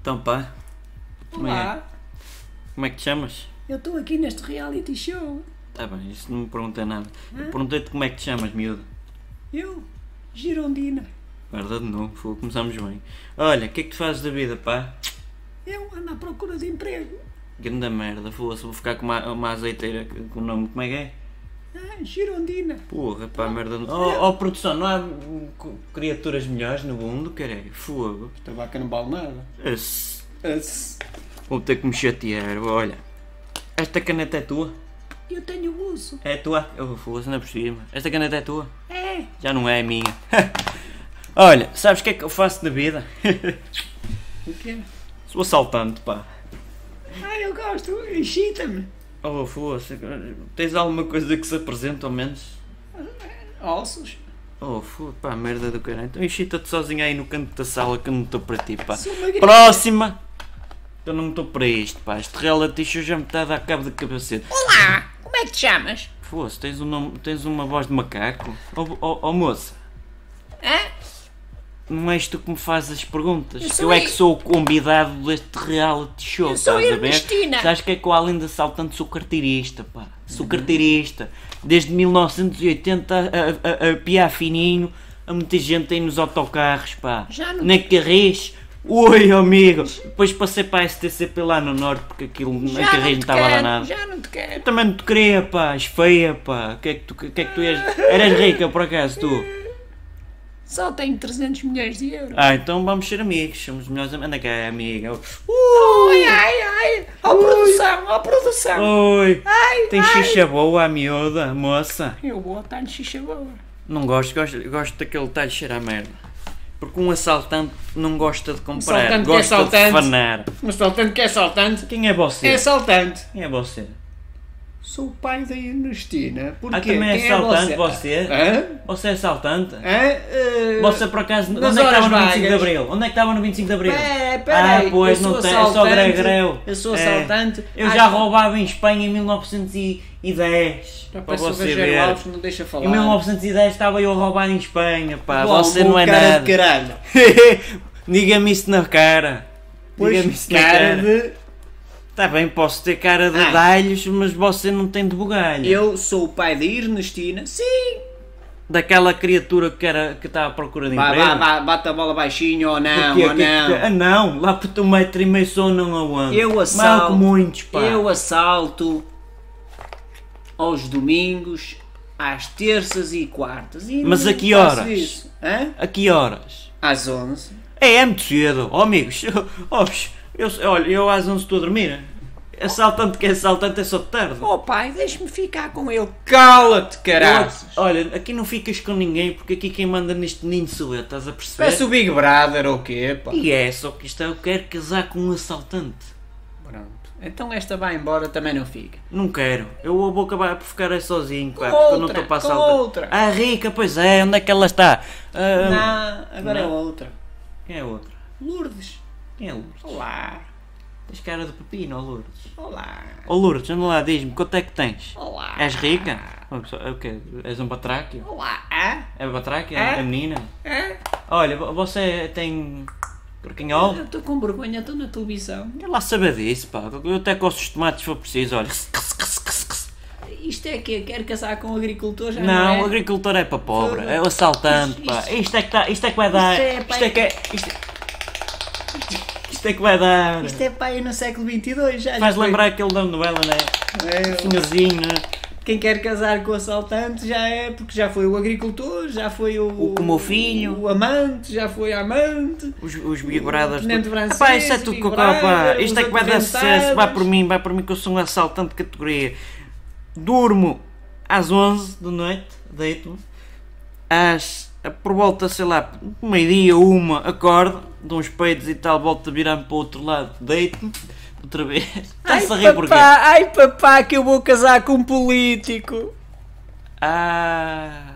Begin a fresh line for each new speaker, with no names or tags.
Então pá, como é,
Olá,
como é que te chamas?
eu estou aqui neste reality show.
Tá bem, isso não me perguntei nada. Eu Perguntei-te como é que te chamas, miúdo.
Eu, Girondina,
Verdade não, foi, começamos bem. Olha, o que é que tu fazes da vida, pá?
eu ando à procura de emprego.
Grande merda, foda-se, vou ficar com uma, uma azeiteira que- com o nome, como é que é?
Ah, Girondina,
Porra, pá, merda. não- Oh, oh, produção, não há hum, cu- criaturas melhores no mundo, caralho. Fogo.
esta vaca não vale nada.
Esse-
Esse.
Vou ter que me chatear, olha. Esta caneta é tua?
Eu tenho uso.
É tua? Eu foda-se, não é por cima. Esta caneta é tua?
É,
Já não é a minha. Olha, sabes o que é que eu faço da vida?
o quê?
Sou assaltante, pá.
Ah, eu gosto, excita-me.
Oh, foda-se. Tens alguma coisa que se apresente, ao menos?
Ossos,
Oh, foda-se, pá, merda do caralho. Então enxita-te sozinho aí no canto da sala que eu não estou para ti, pá.
sou uma grande.
Próxima! Eu não estou para isto, pá. Este reality show já me está a dar cabo de capacete.
Olá, como é que te chamas?
Foda-se, tens, um nome- tens uma voz de macaco. Oh, oh, oh, moça,
Hã?
não és tu que me fazes as perguntas.
Eu
Eu,
sou
é
É? eu.
que sou o convidado deste reality show,
Eu sou
estás a ver?
Ernestina.
Sabes que é que eu, além de assaltante, sou carteirista, pá. Sou carteirista. Desde 1980 a, a, a, a piar fininho, a meter gente aí nos autocarros, pá.
Já não-
Na Carris. Oi, amigo. Depois passei para a STCP lá no Norte, porque aquilo na Carris não estava é a dar nada.
já não te
Eu
quero.
também não te queria, pá, és feia, pá. O que é que tu, o que é que tu és? Eras rica, por acaso, tu?
Só tenho 300 milhões de euros.
Ah, então vamos ser amigos, somos melhores amigos. Anda cá, amiga.
Ui, Uh! ai, ai, ó produção, ó produção.
Oi,
Ai,
tem
ai.
xixa boa a miúda, moça?
Eu vou estar de xixa boa.
Não gosto, gosto, gosto daquele talho cheiro à merda. Porque um assaltante não gosta de comprar,
Assaltante que é
gosta de
assaltante.
fanar.
Mas saltante que é saltante.
Quem é você?
É assaltante.
Quem é você?
Sou o pai da Ernestina. Porquê?
Ah, também é
Quem
assaltante
você?
você?
Hã?
Você é assaltante?
Hã? Ah,
Você por acaso, onde é
Nas
que estava
horas
no 25 de
vagas.
Abril? Onde é que estava no 25 de Abril?
É,
ah,
peraí.
pois,
eu sou
não tem, é só
assaltante.
gregreu.
Eu sou
É.
assaltante. Ah,
Eu
Ai,
já roubava em Espanha em 1910.
Já
para
peço o
você
Rogério
ver.
Alves, não deixa falar.
Em 1910 estava eu a roubar em Espanha, pá.
Bom,
você
bom
não é
cara
nada.
de caralho.
Diga-me isso na cara. Diga-me é
Pois,
isso na
cara
cara.
de...
Tá bem, posso ter cara de
Ah.
dalhos, mas você não tem de bugalho.
Eu sou o pai da Ernestina. Sim.
Daquela criatura que era que estava à procura de
Vá,
emprego.
vá, vá, bate a bola baixinho ou não,
Porquê?
ou
Que- que-
não.
Ah não, lá para o metro e meio só não aguento.
Eu
Mal
assalto.
que muitos, pá.
Eu assalto aos domingos, às terças e quartas. E
Mas
não
a que
faço
horas?
isso. Hã?
A que horas?
Às 11.
É, é muito cedo. Oh, amigos, oh, psh, eu, olha, eu às 11 estou a dormir. Assaltante que é assaltante é só de tarde.
Oh pai, deixe-me ficar com ele. Cala-te, caralho.
Eu- olha, aqui não ficas com ninguém porque aqui quem manda neste ninho sou eu, estás a perceber?
Parece o Big Brother ou o quê, pá?
E é, só que isto é, eu quero casar com um assaltante.
Pronto. Então esta vai embora, também não fica.
Não quero. Eu vou acabar por ficar aí é sozinho, pá,
Com
porque eu não
outra,
estou para
com
assaltar.
outra.
Ah, rica, pois é, onde é que ela está? Ah,
Não, agora é outra.
Quem é a outra?
Lourdes.
Quem é Lourdes?
Olá.
Tens cara de pepino, ó Lourdes.
Olá.
Ó Lourdes, anda lá, diz-me, quanto é que tens?
Olá.
És rica? Uma pessoa- O quê? És um batráquio?
Olá. Hã?
É batráquio?
É?
É menina?
Hã?
Olha, vo- você tem... Porquinhol?
Eu estou com vergonha, estou na televisão.
Quer lá saber disso, pá. Eu até coço os tomates se for preciso, olha.
Isto é que quer casar com um agricultor já não,
Não,
é?
o agricultor é para pobre, é o assaltante, pá. Isto é que, tá, isto é que vai dar.
Isto é, pá,
Isto é que é. Isto, isto é que vai dar.
Isto é pai no século 22 já.
Faz
já foi-
lembrar aquele da novela, né?
É,
Senhorzinho, né?
Quem quer casar com o assaltante já é porque já foi o agricultor, já foi o.
O como o filho.
O amante, já foi a amante.
Os, os Big Brothers.
Tenente
tudo.
francês,
Epá, isso é tudo
Big
que eu quero, pá.
Brother,
Isto é
os
que vai dar sucesso. Vai
acorrentados.
por mim, vai por mim, que eu sou um assaltante de categoria. Durmo às 11 da noite, deito-me. Às. Por volta, sei lá, meio-dia, uma, acordo, dou uns peidos e tal, volto a virar-me para o outro lado, deito-me, outra vez. Está-se a rir porquê?
ai papá, que eu vou casar com um político.
Ah.